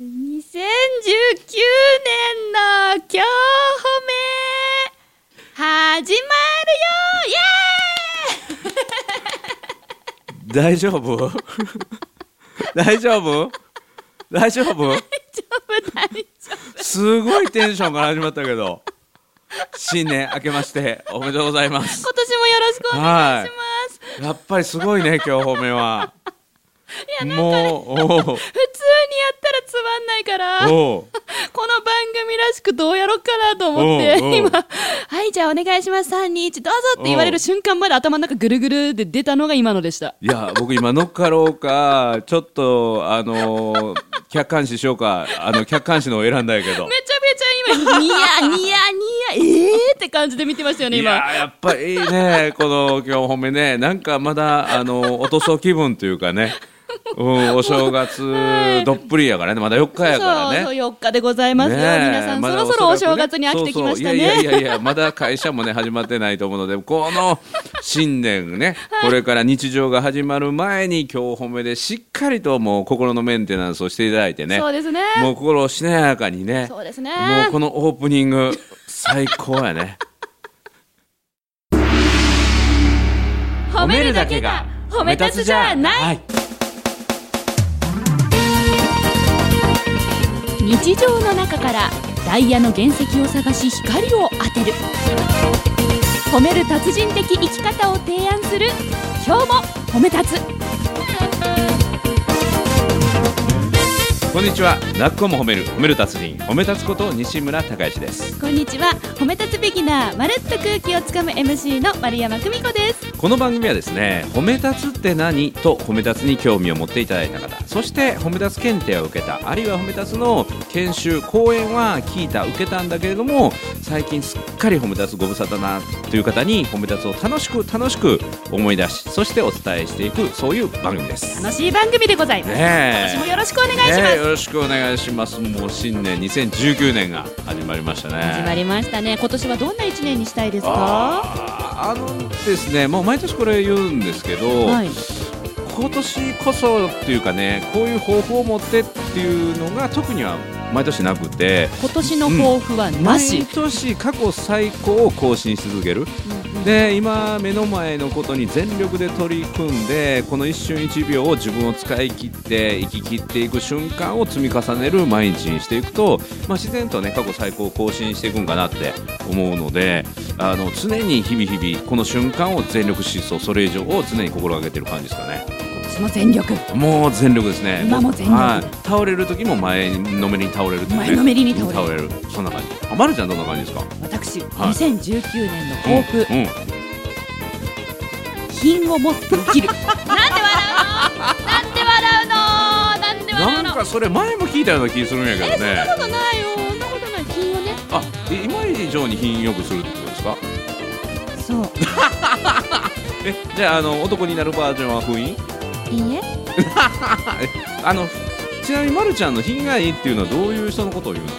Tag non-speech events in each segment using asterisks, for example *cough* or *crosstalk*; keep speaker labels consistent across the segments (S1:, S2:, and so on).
S1: 2019年の今日褒め始まるよイエーイ
S2: 大丈
S1: *laughs*
S2: 夫大丈夫大丈夫
S1: 大丈
S2: すごいテンションから始まったけど新年明けましておめでとうございます
S1: 夫今年もよろしくお願いします、、
S2: やっぱりすごいね今日褒めは
S1: や
S2: い
S1: なんかね
S2: もうお
S1: 普
S2: う
S1: 通にやったらつまんないからこの
S2: おう
S1: 番組らしくどうやろうかなと思って
S2: おうおう
S1: 今はいじゃあお願いします321どうぞって言われる瞬間まで頭の中ぐるぐるで出たのが今のでした
S2: いや僕今乗っかろうかちょっとあのー客観視しようかあの客観視のを選んだんやけど
S1: めちゃめちゃ今ニヤニヤニヤえーって感じで見てましたよね
S2: い
S1: 今
S2: やーやっぱりいいね *laughs* この今日褒めねなんかまだあの落とそう気分というかね、うん、お正月どっぷりやからねまだ4日やから
S1: そうそう
S2: ね。
S1: 4日でございますよ、
S2: ねえ
S1: 皆さん、
S2: ま
S1: そ
S2: だ
S1: ろそろお
S2: そら
S1: 正
S2: くね
S1: 月に飽きてきました
S2: そうそういやい
S1: ね。
S2: やいやいやまだ会社もね始まってないと思うのでこの新年ね、これから日常が始まる前に今日褒めでしっかりともう心のメンテナンスをしていただいてね
S1: そうですね。
S2: もう心をしなやかにね
S1: そうですね。
S2: もうこのオープニング最高やね。
S1: 褒めるだけが褒め立つじゃない。
S2: い
S1: 日常の中からダイヤの原石を探し光を当てる褒める達人的生き方を提案する今日も褒め立つ
S2: こんにちは。ラッコも褒める褒める達人褒め立つこと西村孝之です。
S1: こんにちは褒め立つビギナーまるっと空気をつかむ MC の丸山久美子です
S2: この番組はですね褒め立つって何と褒め立つに興味を持っていただいた方、そして褒め立つ検定を受けたあるいは褒め立つの研修講演は聞いた受けたんだけれども最近すっかり褒め立つご無沙汰なという方に褒め立つを楽しく楽しく思い出しそしてお伝えしていくそういう番組です。
S1: 楽しい番組でございます、
S2: ねえ
S1: 私もよろしくお願いします、
S2: ねよろしくお願いします。もう新年2019年が始まりましたね。
S1: 始まりましたね今年はどんな一年にしたいですか
S2: あーあのですね、もう毎年これ言うんですけど、
S1: はい、
S2: 今年こそっていうかね、こういう抱負を持ってっていうのが特には毎年なくて、
S1: 今年の抱負はな
S2: 毎
S1: し、
S2: 年過去最高を更新し続ける。で今目の前のことに全力で取り組んでこの一瞬一秒を自分を使い切って生き切っていく瞬間を積み重ねる毎日にしていくと、まあ、自然とね過去最高を更新していくんかなって思うのであの常に日々日々この瞬間を全力疾走それ以上を常に心がけてる感じですかね
S1: 今年も全力
S2: もう全力ですね
S1: 今も全力
S2: はい、倒れる時も前のめりに倒れるというね、
S1: 前のめりに倒れる
S2: るそんな感じあまるちゃんどんな感じですか
S1: 私、
S2: はい
S1: 2019年の抱負、
S2: うんうん
S1: 品を持って生 *laughs* きるなんで笑うのなんで笑うのなで笑
S2: なん
S1: うの
S2: んかそれ前も聞いたような気するんやけどね
S1: そんなことないよそんなことない品をね
S2: あえ今以上に品よくするってことですか
S1: そう
S2: えじゃああの男になるバージョンは封印
S1: いいえ
S2: あのちなみにまるちゃんの品がいいっていうのはどういう人のことを言うの、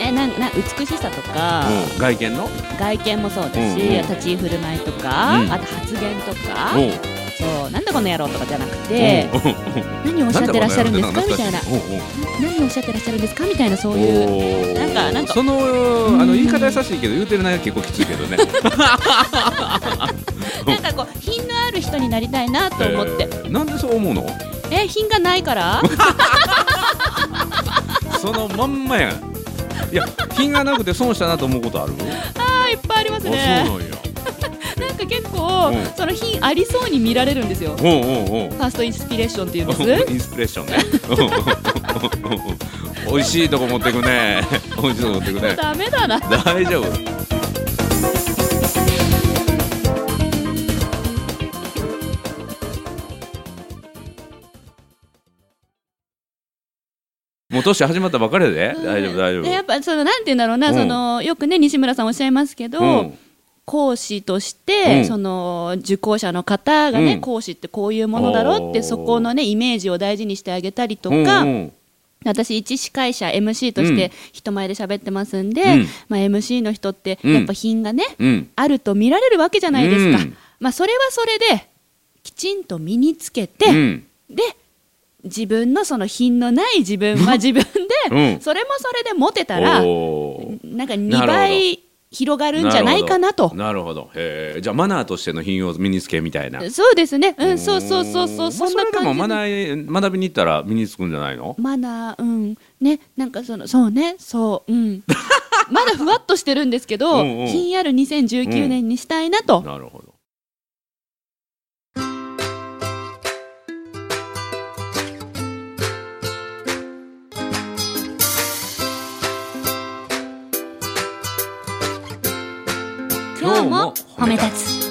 S1: えなんな美しさとか、
S2: うん、外見の
S1: 外見もそうだし、
S2: うんうん
S1: 立ち居振る舞いとか、
S2: うん
S1: あと発言と
S2: お
S1: か
S2: う
S1: そうなんだこの野郎とかじゃなくて
S2: おう
S1: 何をおっしゃってらっしゃるんですかみたいな
S2: おうおう
S1: 何をおっしゃってらっしゃるんですかみたいなそういう
S2: おう
S1: なんかなんか
S2: そのあの言い方優しいけど言うてる内容結構きついけ
S1: *laughs*
S2: どね
S1: なんかこう品のある人になりたいなと思って
S2: えーなんでそう思うの
S1: え品がないから
S2: *laughs* そのまんまやんいや品がなくて損したなと思うことある
S1: あいっぱいありま
S2: あ
S1: す
S2: そう
S1: ね
S2: なんや
S1: なんか結構
S2: うん
S1: その品ありそうに見られるんですよフ
S2: おうおうおう
S1: ァーストインスピレーションっていうんです
S2: インスピレーションね。美味しいとこ持ってくね。美味しいとこ持ってくね。
S1: ダメだな
S2: 大丈夫。もう年始まったばかりやで。大丈夫大丈
S1: でや
S2: 夫。
S1: っぱそのなんて言うんだろうな、
S2: うん
S1: そのよくね西村さんおっしゃいますけど、
S2: うん
S1: 講師として、
S2: うん
S1: その受講者の方がね、
S2: うん
S1: 講師ってこういうものだろうって
S2: おー
S1: そこのねイメージを大事にしてあげたりとか、
S2: うんうん
S1: 私一司会者 MC とし
S2: う
S1: て
S2: ん
S1: 人前で喋ってますんで、
S2: うん
S1: まあ、MC の人って
S2: うん
S1: やっぱ品がね、
S2: うん
S1: あると見られるわけじゃないですか、
S2: うん
S1: *laughs* まあ、それはそれできちんと身につけて、
S2: うん
S1: で自分のその品のない自分は自分
S2: う
S1: で、
S2: ん
S1: それもそれで持てたら、
S2: おー
S1: なんか2
S2: なるほど
S1: 倍広がるんじゃないかなと。
S2: なるほど。へえじゃあマナーとしての品を身につけみたいな。
S1: そうですね。うん、そうそうそうそう、
S2: ん
S1: そんな
S2: まあそれで
S1: 感
S2: も
S1: じ
S2: 学
S1: で。
S2: び学びに行ったら身につくんじゃないの？
S1: マナー、うん、ね、なんかその、そうね、そう、
S2: *laughs*
S1: うん。まだふわっとしてるんですけど、
S2: うんうん
S1: ひんやる2019年にしたいなと。
S2: なるほど。
S1: つ。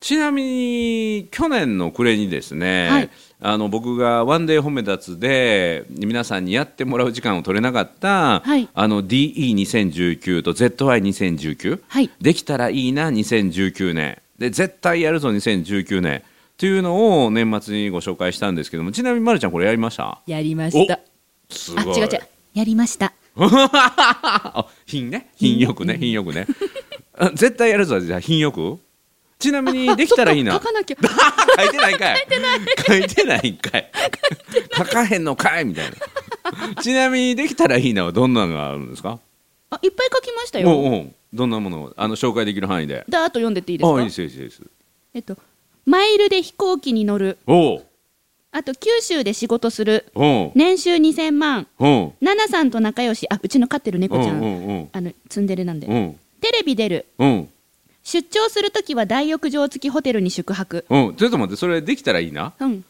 S2: ちなみに去年の暮れにですね、
S1: はい
S2: あの僕が「ワンデー褒め立つ」で皆さんにやってもらう時間を取れなかった、
S1: はい
S2: あの DE2019 と ZY2019、
S1: はい
S2: できたらいいな2019年で絶対やるぞ2019年というのを年末にご紹介したんですけどもちなみにまるちゃんこれやりました
S1: やりました。
S2: す
S1: あ、
S2: ごい
S1: 違う違う。やりました。
S2: あ品ね品欲ね品欲ねあ絶対やるぞじゃあ品欲ちなみにできたらいい
S1: そ
S2: な
S1: っか書かなきゃ。
S2: 書いてないかい書いてないんかい書かへんのかいみたいなちなみにできたらいいなはどんなのがあるんですか
S1: あ、いっぱい書きました
S2: おう
S1: よ。
S2: おうどんなものをあの紹介できる範囲で
S1: だーっと読んでっていいです
S2: あ
S1: か
S2: いいですよいいですよいいですよ
S1: えっと、マイルで飛行機に乗る。
S2: おう
S1: あと、九州で仕事する。
S2: おう
S1: 年収2000万。
S2: おう
S1: ナナさんと仲良し。あ、うちの飼ってる
S2: おう
S1: 猫ちゃん。
S2: おう
S1: あの、ツンデレなんで。
S2: おう
S1: テレビ出る。
S2: おう
S1: 出張するときは大浴場付きホテルに宿泊。
S2: おうちょっと待ってそれできたらいいな *laughs*
S1: うん。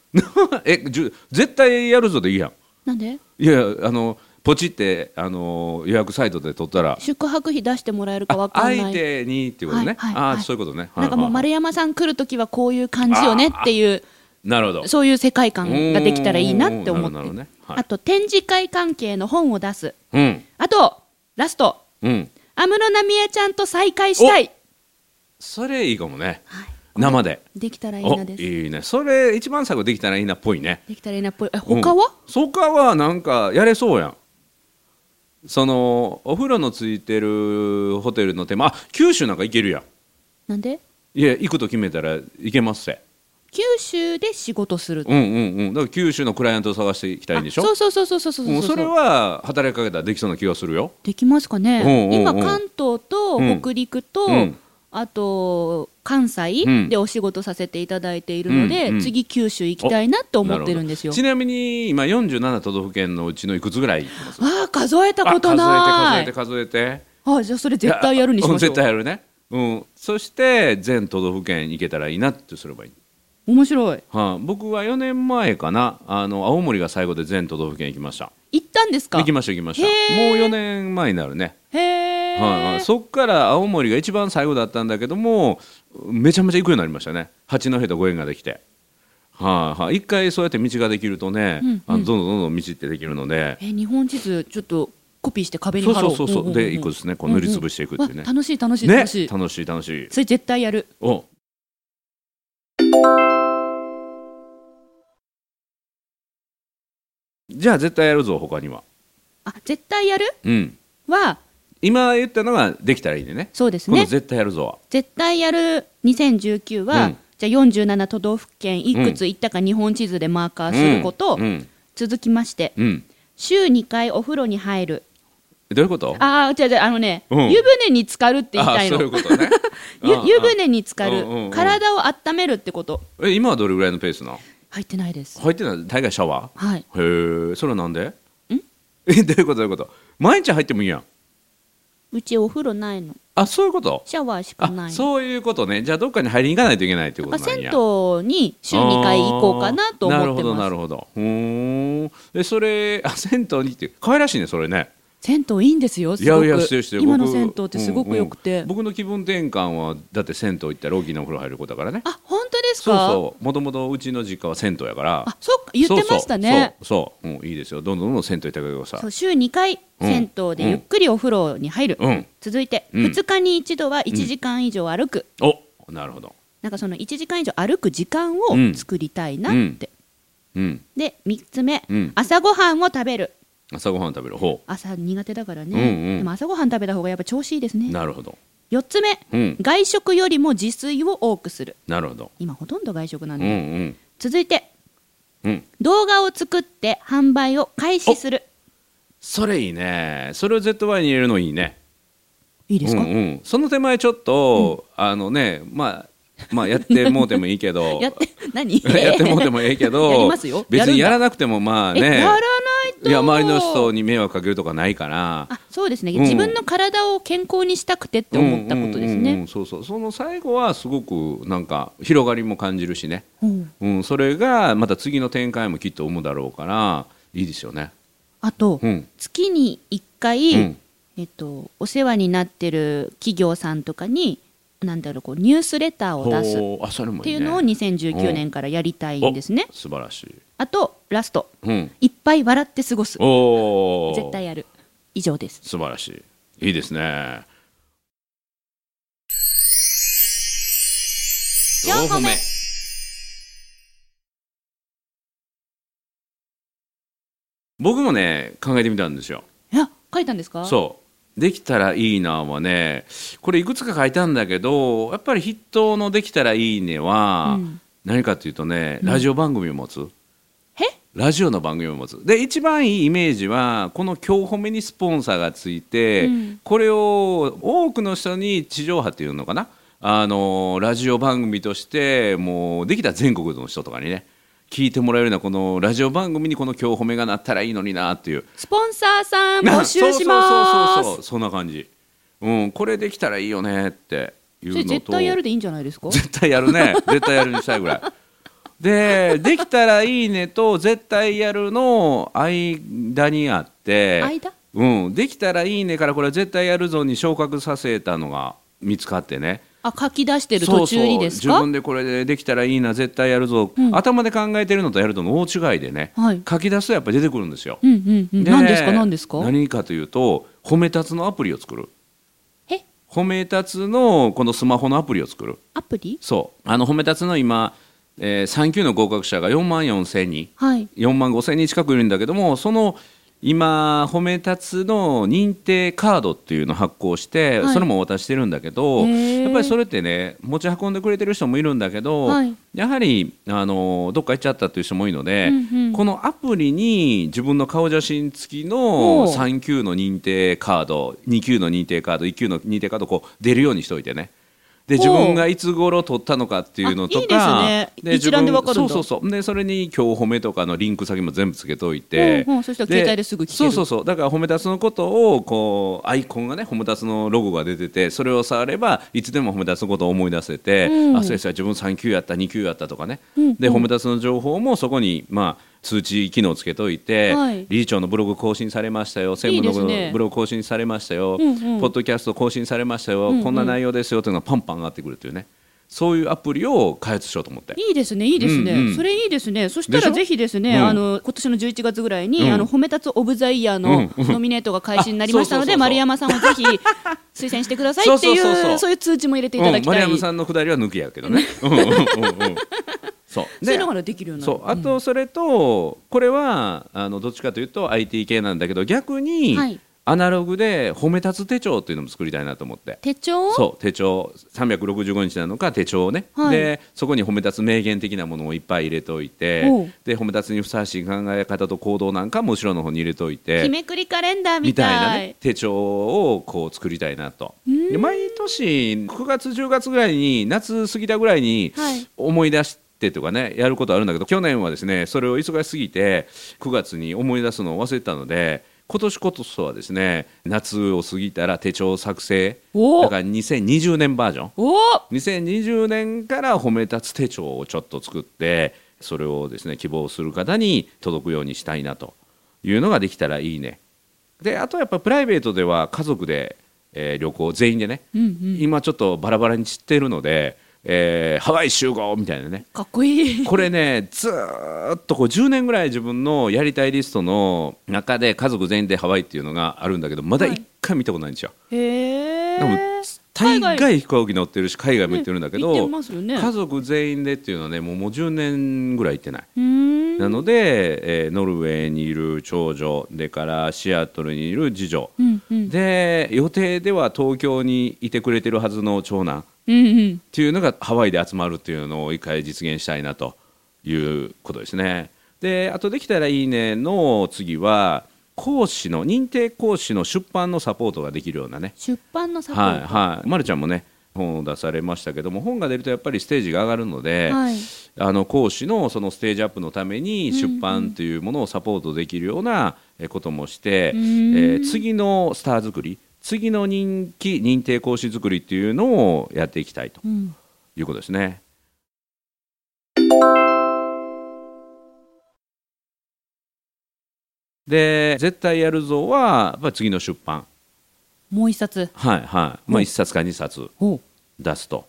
S2: えじゅ絶対やるぞでいいやん
S1: なんで
S2: いやいやあのポチってあの予約サイトで取ったら
S1: 宿泊費出してもらえるかわ
S2: あ
S1: かんな
S2: 相
S1: い。
S2: 手にっていうことね、
S1: はいはい
S2: あ
S1: は
S2: あ
S1: い
S2: そういうことね、はい
S1: なんかもう
S2: はい
S1: 丸山さん来るときはこういう感じよねっていう、
S2: なるほど
S1: そういう世界観ができたらいいなって思
S2: うーんなる
S1: っ
S2: ほ
S1: て
S2: どね。はい
S1: あと、展示会関係の本を出す。
S2: うん
S1: あと、ラスト。
S2: うん
S1: 安室奈美恵ちゃんと再会したい。
S2: それいいかもね
S1: はい
S2: 生で
S1: できたらいい
S2: お
S1: なです。
S2: いいねそれ一番最後できたらいいなっぽいね
S1: できたらいいなっぽい。え、他は、
S2: うん他はなんかやれそうやんそのお風呂のついてるホテルの手間あ九州なんか行けるやん
S1: なんで
S2: いや行くと決めたら行けますせ
S1: 九州で仕事する。
S2: うんうんうんだから九州のクライアントを探していきたいんでしょ
S1: あそうそうそうそうそうそうう
S2: もうそれは働きかけたらできそうな気がするよ
S1: できますかね、
S2: うんうんうん
S1: 今関東と北陸と、
S2: うん
S1: あと関西
S2: うん
S1: でお仕事させていただいているので、
S2: うんうん
S1: 次九州行きたいなって思ってるんですよ
S2: なほどちなみに今47都道府県のうちのいくつぐらい行ってます
S1: ああ数えたこと
S2: あ
S1: な
S2: 数えて
S1: い
S2: 数えて数えて
S1: あじゃあそれ絶対やるにし
S2: い
S1: ましょ
S2: 絶
S1: う
S2: 対やるねうんそして全都道府県行けたらいいなってすればいい
S1: 面白い
S2: はあ、僕は4年前かなあの青森が最後で全都道府県行きました
S1: 行ったんですか
S2: 行きました行きました
S1: へー
S2: もう4年前になるね、
S1: へえ、
S2: はいはいそっから青森が一番最後だったんだけどもめちゃめちゃ行くようになりましたね八戸とご縁ができてはいはい一回そうやって道ができるとね、
S1: うんうん
S2: あのどんどんどんどん道ってできるので
S1: え日本地図ちょっとコピーして壁に
S2: そう
S1: 貼ろ
S2: そううそうそう、
S1: んんん
S2: でいくですねこう塗りつぶしていくっていうね
S1: あ、楽しい楽しい
S2: ね
S1: 楽しい、
S2: 楽しい楽しい
S1: それ絶対やる
S2: おじゃあ絶対やるぞ他には
S1: あ絶対やる
S2: うん
S1: は
S2: 今言ったのができたらいいねね
S1: そうです
S2: 今
S1: ね
S2: 度絶対やるぞは
S1: 絶対やる2019は、
S2: うん
S1: じゃあ47都道府県いくつ行ったか日本地図でマーカーすること、
S2: うん
S1: 続きまして
S2: うん、うん
S1: 週2回お風呂に入る
S2: どういうこと
S1: ああ違う違うあのね、
S2: うん
S1: 湯船に浸かるって言い
S2: あ
S1: たい
S2: そうい
S1: の
S2: うことね
S1: ゆ
S2: あ
S1: 湯船に浸かる、
S2: うんうんうん
S1: 体を温めるってこと
S2: あえ今はどれぐらいのペースなの
S1: 入ってないです
S2: 入ってない大概シャワ
S1: はい
S2: ーへえそれはなんでんえどういうことどういうこと毎日入ってもいいやん
S1: うちお風呂ないの
S2: あそういうこと
S1: シャワーしかな
S2: あ
S1: いの
S2: そういうことねじゃあどっかに入りに行かないといけないって
S1: だ
S2: こ
S1: か
S2: と
S1: ら
S2: なん
S1: 銭
S2: や
S1: 湯に週2回行こうかなと
S2: あー
S1: 思って
S2: な
S1: ます
S2: るほどなるほどふーんでそれあ銭湯にって可愛らしいねそれね
S1: 銭湯いいんですよす
S2: い
S1: ごく
S2: やいやしてるしてる
S1: 今の
S2: 僕
S1: 銭湯ってすごく良く
S2: うん
S1: て、
S2: うん僕の気分転換はだって銭湯行ったら大きなお風呂入ることだからね
S1: あ本当です
S2: そう
S1: か
S2: そうもともとうちの実家は銭湯やから
S1: あ、そうか言ってましたね。
S2: そうそうそう、うん、いいですよどんどんどんどん銭湯行ってくだ
S1: そう
S2: さい
S1: 週2回
S2: うん
S1: 銭湯でゆっくりお風呂に入る。
S2: うん
S1: 続いて、
S2: うん
S1: 2日に一度は1時間以上歩く。
S2: おなるほど
S1: なんかその1時間以上歩く時間を
S2: うん
S1: 作りたいなって。
S2: うん
S1: で3つ目、
S2: うん
S1: 朝ごはんを食べる。
S2: 朝ごはん食べるほ
S1: 朝苦手だからね。
S2: うんうん
S1: でも朝ごはん食べた方がやっぱ調子いいです
S2: う
S1: ね。
S2: なるほど
S1: 4つ目、
S2: うん
S1: 外食よりも自炊を多くする
S2: なるほど
S1: 今ほとんど外食なん
S2: う
S1: で、
S2: んうん
S1: 続いて
S2: うん
S1: 動画を作って販売を開始する
S2: それいいねそれを ZY に入れるのいいね
S1: いいですか、
S2: うんうん、その手前ちょっと、あのねまあまあやってもうてもいいけど
S1: *laughs* やって何
S2: *laughs* やってもうてもええけど
S1: やりますよ
S2: 別にや
S1: るん
S2: らなくてもまあ
S1: だえ
S2: ね
S1: やらないと
S2: いや周りの人に迷惑かけるとかないから
S1: あそうですね、
S2: うん
S1: 自分の体を健康にしたくてって思ったことです
S2: うんうんうんう
S1: ね
S2: んそうそうその最後はすごくなんか広がりも感じるしね、
S1: うん
S2: うん、それがまた次の展開もきっと生むだろうからいいですよね。
S1: あと、
S2: うん
S1: 月に1回、
S2: うん
S1: えっと、お世話になってる企業さんとかになんだろうこうニュースレターを出すっ
S2: ほうあそれもいい、ね、
S1: ていうのを2019年からやりたいんですね
S2: お素晴らしい、
S1: あとラスト
S2: うん、
S1: いっぱい笑って過ごす
S2: おー
S1: 絶対やる以上です
S2: 素晴らしいいいですね
S1: 四個目
S2: 僕もね考えてみたんですよ
S1: いや書いたんですか
S2: そうできたらいいなはねこれいくつか書いたんだけどやっぱり筆頭のできたらいいねは、
S1: うん
S2: 何かというとねラジオ番組を持つ、
S1: え
S2: ラジオの番組を持つで一番いいイメージはこの今日褒めにスポンサーがついて、
S1: うん
S2: これを多くの人に地上波っていうのかなあのラジオ番組としてもうできた全国の人とかにね聞いてもらえるようなこのラジオ番組にこの今日褒めがなったらいいのになっていう
S1: スポンサーさん募集し
S2: そう
S1: ま
S2: そうそうそうそう
S1: す
S2: そんな感じ、うん、これできたらいいよねっていう
S1: それ
S2: のと
S1: 絶対やるでいいんじゃないですか
S2: 絶対やるね絶対やるにしたいぐらいでできたらいいねと絶対やるの間にあって
S1: 間
S2: うん、できたらいいねからこれは絶対やるぞに昇格させたのが見つかってね
S1: あ書き出してる途中にですか
S2: そうそう自分でこれでできたらいいな絶対やるぞ、
S1: うん
S2: 頭で考えてるのとやるとの大違いでね、
S1: はい
S2: 書き出すとやっぱり出てくるんですよ、
S1: うんうんうん何ですか何ですか
S2: 何かというと褒め立つのアプリを作る
S1: え
S2: 褒め立つのこのスマホのアプリを作る
S1: アプリ
S2: そうあの褒め立つの今、えー、3級の合格者が4万4千人
S1: はい
S2: 4万5千人近くいるんだけどもその今褒め立つの認定カードっていうのを発行して、
S1: はい
S2: それもお渡ししてるんだけど
S1: へー
S2: やっぱりそれってね持ち運んでくれてる人もいるんだけど、
S1: はい
S2: やはりあのどっか行っちゃったっていう人も多いので、
S1: うんうん
S2: このアプリに自分の顔写真付き
S1: お
S2: の
S1: う
S2: 3級の認定カード2級の認定カード1級の認定カードこう出るようにしておいてね。で
S1: ほ
S2: 自
S1: う
S2: 分がいつ頃取ったのかっていうのとか
S1: あいいですね一覧でわかるんだ
S2: 自分そうそうそうでそれに今日褒めとかのリンク先も全部つけておいて、
S1: うんうんそしたら携帯ですぐ聞ける
S2: そうそうそうだから褒めたつのことをこうアイコンがね褒めたつのロゴが出ててそれを触ればいつでも褒めたつのことを思い出せて、
S1: うん
S2: あそうです自分3級やった2級やったとかね、
S1: うん
S2: で
S1: うん
S2: 褒めたつの情報もそこにまあ通知機能つけといて、
S1: はい
S2: 理事長のブログ更新されましたよ専務の
S1: いいですね
S2: ブログ更新されましたよ、
S1: うんうん
S2: ポッドキャスト更新されましたよ、
S1: うんうん
S2: こんな内容ですよというのがパンパン上がってくるというねそういうアプリを開発しようと思って。
S1: いいですね、いいですね、
S2: うんうん
S1: それいいですね、そしたら
S2: でしょ
S1: ぜひですね、
S2: うん
S1: あの今年の11月ぐらいに、
S2: うん
S1: あの褒め立つオブザイヤーの
S2: うん
S1: ノミネートが開始になりましたので、
S2: あそうそうそうそう
S1: 丸山さんをぜひ推薦してくださいっていう、そ
S2: そううそうそうそう
S1: いう通知も入れていただきたい、
S2: うん、丸山さんのくだりは抜きやけどね。うんうんうんうんそう
S1: *laughs* そうい
S2: で
S1: うのができるようになる
S2: そうあとそれと、これはあのどっちかというと IT 系なんだけど逆に、
S1: はい
S2: アナログで褒め立つ手帳っていうのも作りたいなと思って。
S1: 手帳
S2: そう手帳365日なのか手帳をね、
S1: はい
S2: でそこに褒め立つ名言的なものをいっぱい入れといて
S1: おう
S2: で褒め立つにふさわしい考え方と行動なんかも後ろの方に入れといて
S1: 日めくりカレンダーみ
S2: み
S1: た
S2: たい
S1: い
S2: な、ね、手帳をこう作りたいなとで毎年9月10月ぐらいに夏過ぎたぐらいに
S1: はい
S2: 思い出してとかねやることあるんだけど去年はですねそれを忙しすぎて9月に思い出すのを忘れてたので今年こそはですね夏を過ぎたら手帳作成
S1: お
S2: だから2020年バージョン
S1: おー
S2: 2020年から褒め立つ手帳をちょっと作ってそれをですね希望する方に届くようにしたいなというのができたらいいねであとやっぱプライベートでは家族で、えー旅行全員でね、
S1: うんうん
S2: 今ちょっとバラバラに散ってるので、えーハワイ集合みたいなね
S1: かっこいい、
S2: これねずーっとこう10年ぐらい自分のやりたいリストの中で家族全員でハワイっていうのがあるんだけどまだ一回見たことないんですよ、
S1: へ
S2: でも
S1: ー
S2: 大
S1: 海
S2: 概飛行機乗ってるし海外も行ってるんだけど、
S1: ね行ってますよね
S2: 家族全員でっていうのはねもうもう10年ぐらい行ってない、
S1: うーん
S2: なので、えーノルウェーにいる長女でからシアトルにいる次女、
S1: うんうん
S2: で予定では東京にいてくれてるはずの長男っ
S1: うんうん
S2: ていうのがハワイで集まるっていうのを一回実現したいなということですね。であと「できたらいいね」の次は講師の認定講師の出版のサポートができるようなね
S1: 出版のサポ
S2: はい
S1: ート
S2: はい、ま、るちゃんもね本を出されましたけども本が出るとやっぱりステージが上がるので、
S1: はい
S2: あの講師のそのステージアップのために出版というものをサポートできるようなえこともして、
S1: うん
S2: えー次のスター作り次の人気認定講師作りっていうのをやっていきたいと
S1: うん
S2: いうことですね。で絶対やるぞはやっぱり次の出版
S1: もう一冊
S2: はいはい、ま
S1: う
S2: あ、
S1: ん
S2: 1冊か2冊
S1: お
S2: 出すと。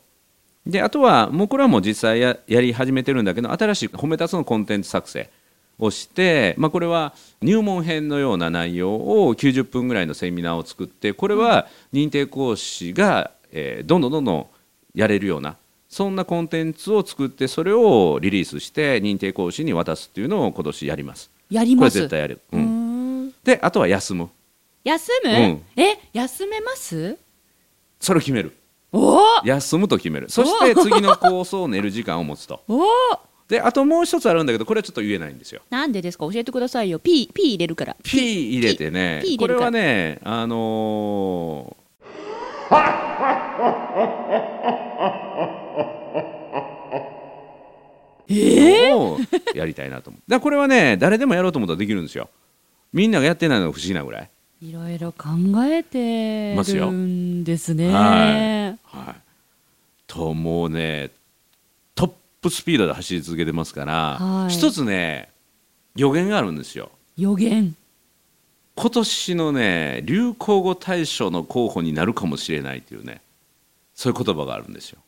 S2: であとはもうこれはもう実際ややり始めてるんだけど新しい褒め立つのコンテンツ作成をして、まあ、これは入門編のような内容を90分ぐらいのセミナーを作ってこれは認定講師が、えーどんどんどんどんやれるようなそんなコンテンツを作ってそれをリリースして認定講師に渡すっていうのを今年やります。
S1: やり
S2: これ
S1: ます
S2: 絶対やる、う、
S1: うんーん
S2: であとは休む
S1: 休む、
S2: うん
S1: え休めます
S2: それを決める
S1: おー
S2: 休むと決めるそし
S1: *laughs*
S2: て次の構想を寝る時間を持つと。
S1: おー
S2: であともう一つあるんだけどこれはちょっと言えないんですよ。
S1: なんでですか教えてくださいよ P, P 入れるから
S2: P 入れてね
S1: P 入
S2: こ
S1: れ
S2: れ
S1: るか
S2: はねあの
S1: ええ
S2: ーをやりたいなと思うだからこれはね誰でもやろうと思ったらできるんですよみんながやってないのが不思議なぐらい、
S1: いろいろ考えて
S2: ますよ
S1: るんですね
S2: はいはい、ともうねトップスピードで走り続けてますから、
S1: はい
S2: 一つね予言があるんですよ
S1: 予言
S2: 今年のね流行語大賞の候補になるかもしれないというねそういう言葉があるんですよ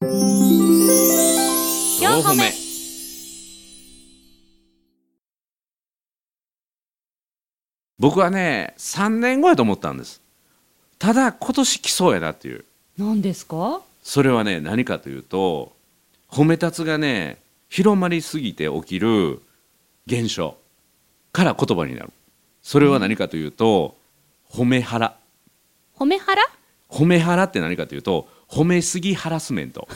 S1: 4歩目
S2: 僕はね3年後やと思ったんですただ今年来そうやなっていう
S1: 何ですか
S2: それはね何かというと褒め立つがね広まりすぎて起きる現象から言葉になるそれは何かというと、褒め腹
S1: 褒め腹
S2: 褒め腹って何かというと褒めすぎハラスメント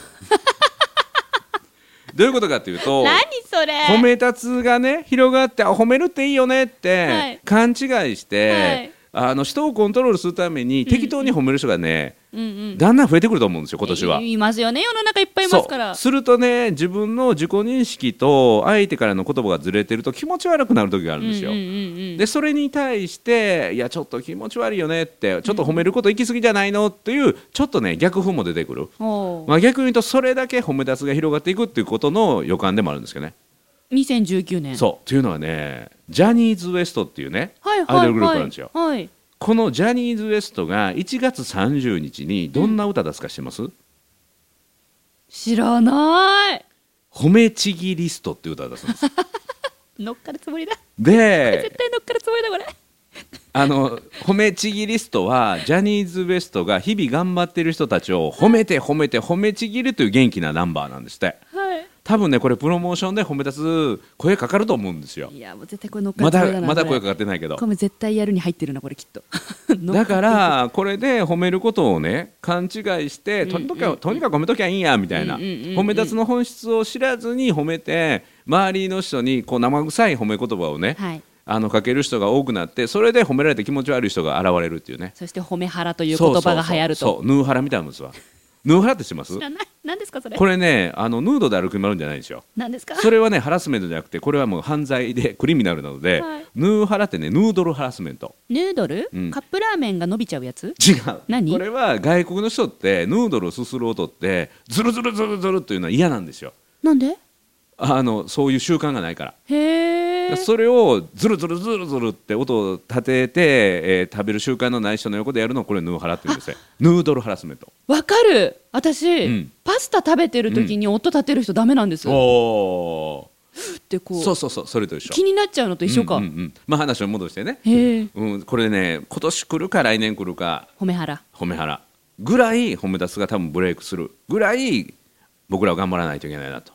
S1: *laughs*
S2: どういうことかというと
S1: 何それ
S2: 褒め立つがね広がってあ褒めるっていいよねっ
S1: は
S2: て
S1: い
S2: 勘違いして、あの人をコントロールするために適当に褒める人がね、
S1: うんうん
S2: だんだん増えてくると思うんですよ今年は。
S1: いいますよね世の中いっぱいいますから
S2: そうするとね自分の自己認識と相手からの言葉がずれてると気持ち悪くなる時があるんですよ。
S1: うんうんうん
S2: でそれに対していやちょっと気持ち悪いよねってちょっと褒めること行き過ぎじゃないのっていうちょっとね逆風も出てくる、
S1: うんおう
S2: まあ、逆に言うとそれだけ褒め出すが広がっていくっていうことの予感でもあるんですけどね。
S1: 2019年
S2: そうというのはねジャニーズ WEST っていうね、
S1: はいはいはい
S2: アイドルグループなんですよ。
S1: はい
S2: このジャニーズ WEST が1月30日にどんな歌出すか知ってます、
S1: 知らない
S2: 褒めちぎリストっていう歌を出すんです。
S1: 乗っかるつもりだ
S2: で
S1: *laughs* 絶対乗っかるつもりだこれ
S2: あの褒めちぎリストはジャニーズ WEST が日々頑張ってる人たちを褒めて褒めて褒めちぎるという元気なナンバーなんですって
S1: は
S2: 多分ねこれプロモーションで褒め立つ声かかると思うんですよ
S1: いいやもう絶対これ乗っか
S2: ま
S1: るつもり
S2: だ
S1: だな
S2: まだ
S1: これ
S2: 声かかってないけど
S1: これ絶対やるに入ってるなこれきっ
S2: *laughs*
S1: と乗っ
S2: だ
S1: かって
S2: か
S1: る
S2: らこれで褒めることをね勘違いしてとにかく,、
S1: うんうんうん
S2: とにかく褒めときゃいいんやみたいな、
S1: うんうんうんうん
S2: 褒め立つの本質を知らずに褒めて周りの人にこう生臭い褒め言葉をね、
S1: はい
S2: あのかける人が多くなってそれで褒められて気持ち悪い人が現れるっていうね
S1: そして褒め腹という言葉が流行る
S2: そうそう
S1: と
S2: そうヌーハラみたいなもんですわヌーハラってします
S1: 知らない何ですかそれ
S2: これねあのヌードで歩く決まるんじゃないんですよ
S1: 何ですか
S2: それはねハラスメントじゃなくてこれはもう犯罪でクリミナルなので、
S1: はい
S2: ヌーハラってねヌードルハラスメント
S1: ヌードル、
S2: うん
S1: カップラーメンが伸びちゃうやつ
S2: 違う
S1: 何
S2: これは外国の人ってヌードルをすする音ってズルズルズルズルっていうのは嫌なんですよ
S1: なんで
S2: あのそういう習慣がないから
S1: へえ
S2: それをズルズルズルズルって音を立てて、えー食べる習慣のない人の横でやるのをこれヌーハラって言うんですよヌードルハラスメント
S1: わかる私、
S2: うん
S1: パスタ食べてる時に音立てる人ダメなんです、
S2: お
S1: ってこう
S2: そうそうそうそれと一緒
S1: 気になっちゃうのと一緒か、
S2: うんうんうんまあ話を戻してね、
S1: へえ
S2: うん、これね今年来るか来年来るか
S1: 褒め腹
S2: 褒め腹ぐらい褒め出すが多分ブレイクするぐらい僕らは頑張らないといけないなと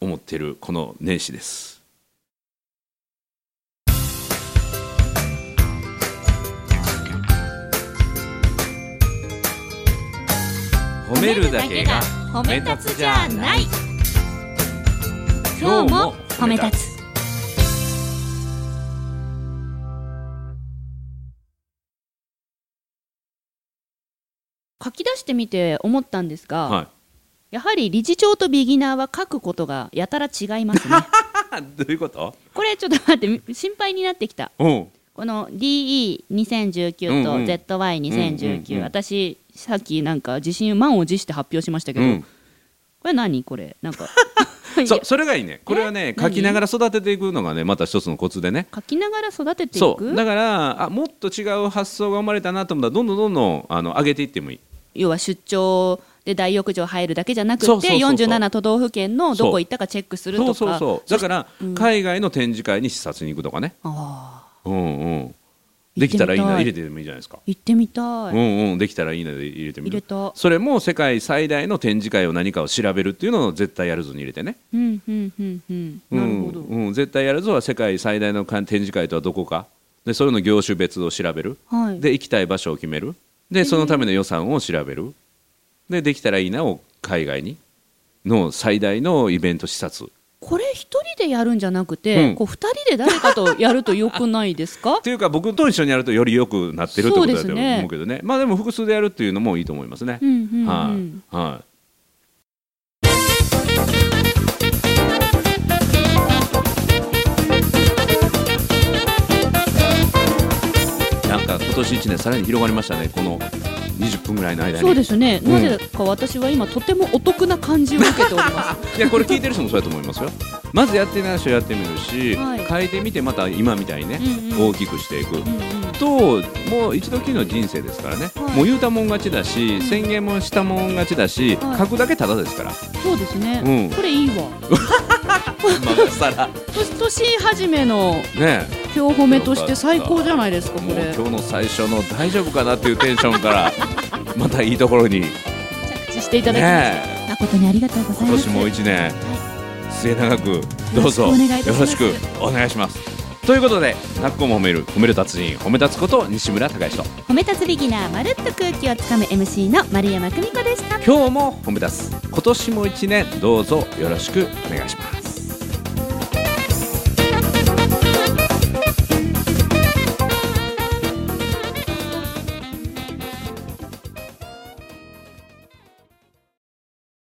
S2: 思っているこの年始です褒めるだけが
S1: 褒
S2: め立つじゃない
S1: 今日も褒め立つ書き出してみて思ったんですが、
S2: は
S1: やはり理事長とビギナーは書くことがやたら違い
S2: *laughs*
S1: ますね
S2: い *laughs* どういうこと
S1: これちょっと待って心配になってきた
S2: うん
S1: この DE2019 と
S2: うんうん
S1: ZY2019、
S2: うんうんうん
S1: 私さっきなんか自信満を持して発表しましたけ
S2: う
S1: ど、
S2: ん
S1: これ何これなんか *laughs* い
S2: *laughs* そ
S1: や
S2: それがいいねこれはね
S1: え
S2: 書きながら育てていくのがねまた一つのコツでね
S1: 書きながら育ててい
S2: そうだ
S1: く
S2: からあもっと違う発想が生まれたなと思ったらどんどんどんどんあの上げていってもいい
S1: 要は出張で大浴場入るだけじゃなくて
S2: そうそうそうそう
S1: 47都道府県のどこ行ったかチェックすると
S2: そ
S1: か
S2: うそうそうだから、海外の展示会に視察に行くとかね
S1: ああ
S2: うんうん
S1: 行ってみたい
S2: できたらいいな入れてもいいじゃないですか、
S1: 行ってみたい、
S2: うんうんできたらいいなで入れてみ
S1: 入れ
S2: る
S1: た
S2: それも世界最大の展示会を何かを調べるっていうのを絶対やるぞに入れてね
S1: うんうんうんうん
S2: う
S1: なんるほど、
S2: うん、絶対やるぞは世界最大の展示会とはどこかでそれの業種別を調べる
S1: はい
S2: で行きたい場所を決めるでそのための予算を調べるでできたらいいなを海外にの最大のイベント視察
S1: これ一人でやるんじゃなくて、
S2: うん
S1: こう二人で誰かとやるとよくないです
S2: *laughs*
S1: か
S2: っていうか僕と一緒にやるとより良くなってるってことだ
S1: そう
S2: と
S1: ですね
S2: 思うけどねまあでも複数でやるっていうのもいいと思いますね
S1: う、んうんうん、
S2: はい、はいなんか今年一年さらに広がりましたねこの20分ぐらいの間に
S1: そうですね、
S2: うん
S1: なぜか私は今とてもお得な感じを受けておりま
S2: いやこれ聞いてる人もそうやと思いま
S1: *laughs*
S2: すよまずやってない人やってみるし、
S1: はい
S2: 変えてみてまた今みたいにね、
S1: うんうん
S2: 大きくしていく、
S1: す。うんうん
S2: ともう一度きりの人生ですからね、
S1: はい
S2: もう言うたもん勝ちだし、宣言もしたもん勝ちだし、
S1: はい
S2: 書くだけただで
S1: *laughs*
S2: すから
S1: そうですね、
S2: うん
S1: これいいわ。
S2: 今更
S1: 年年始めの
S2: ねえ
S1: 今日褒めとして最高じゃないですか、こ
S2: もう
S1: れ。
S2: 今日の最初の大丈夫かなっていうテンションからまたいいところにね
S1: 着地していただきまし
S2: え
S1: た誠にありがとうござい
S2: 今
S1: ま
S2: 年
S1: す。
S2: も一年末永くどうぞ
S1: よろしくお願いいたします
S2: よろしくお願いしますということで「なっこも褒める褒める達人褒め立つこと西村孝之と
S1: 褒め立つビギナーまるっと空気をつかむ MC の丸山久美子でした。
S2: 今日も褒め立つ今年も一年どうぞよろしくお願いします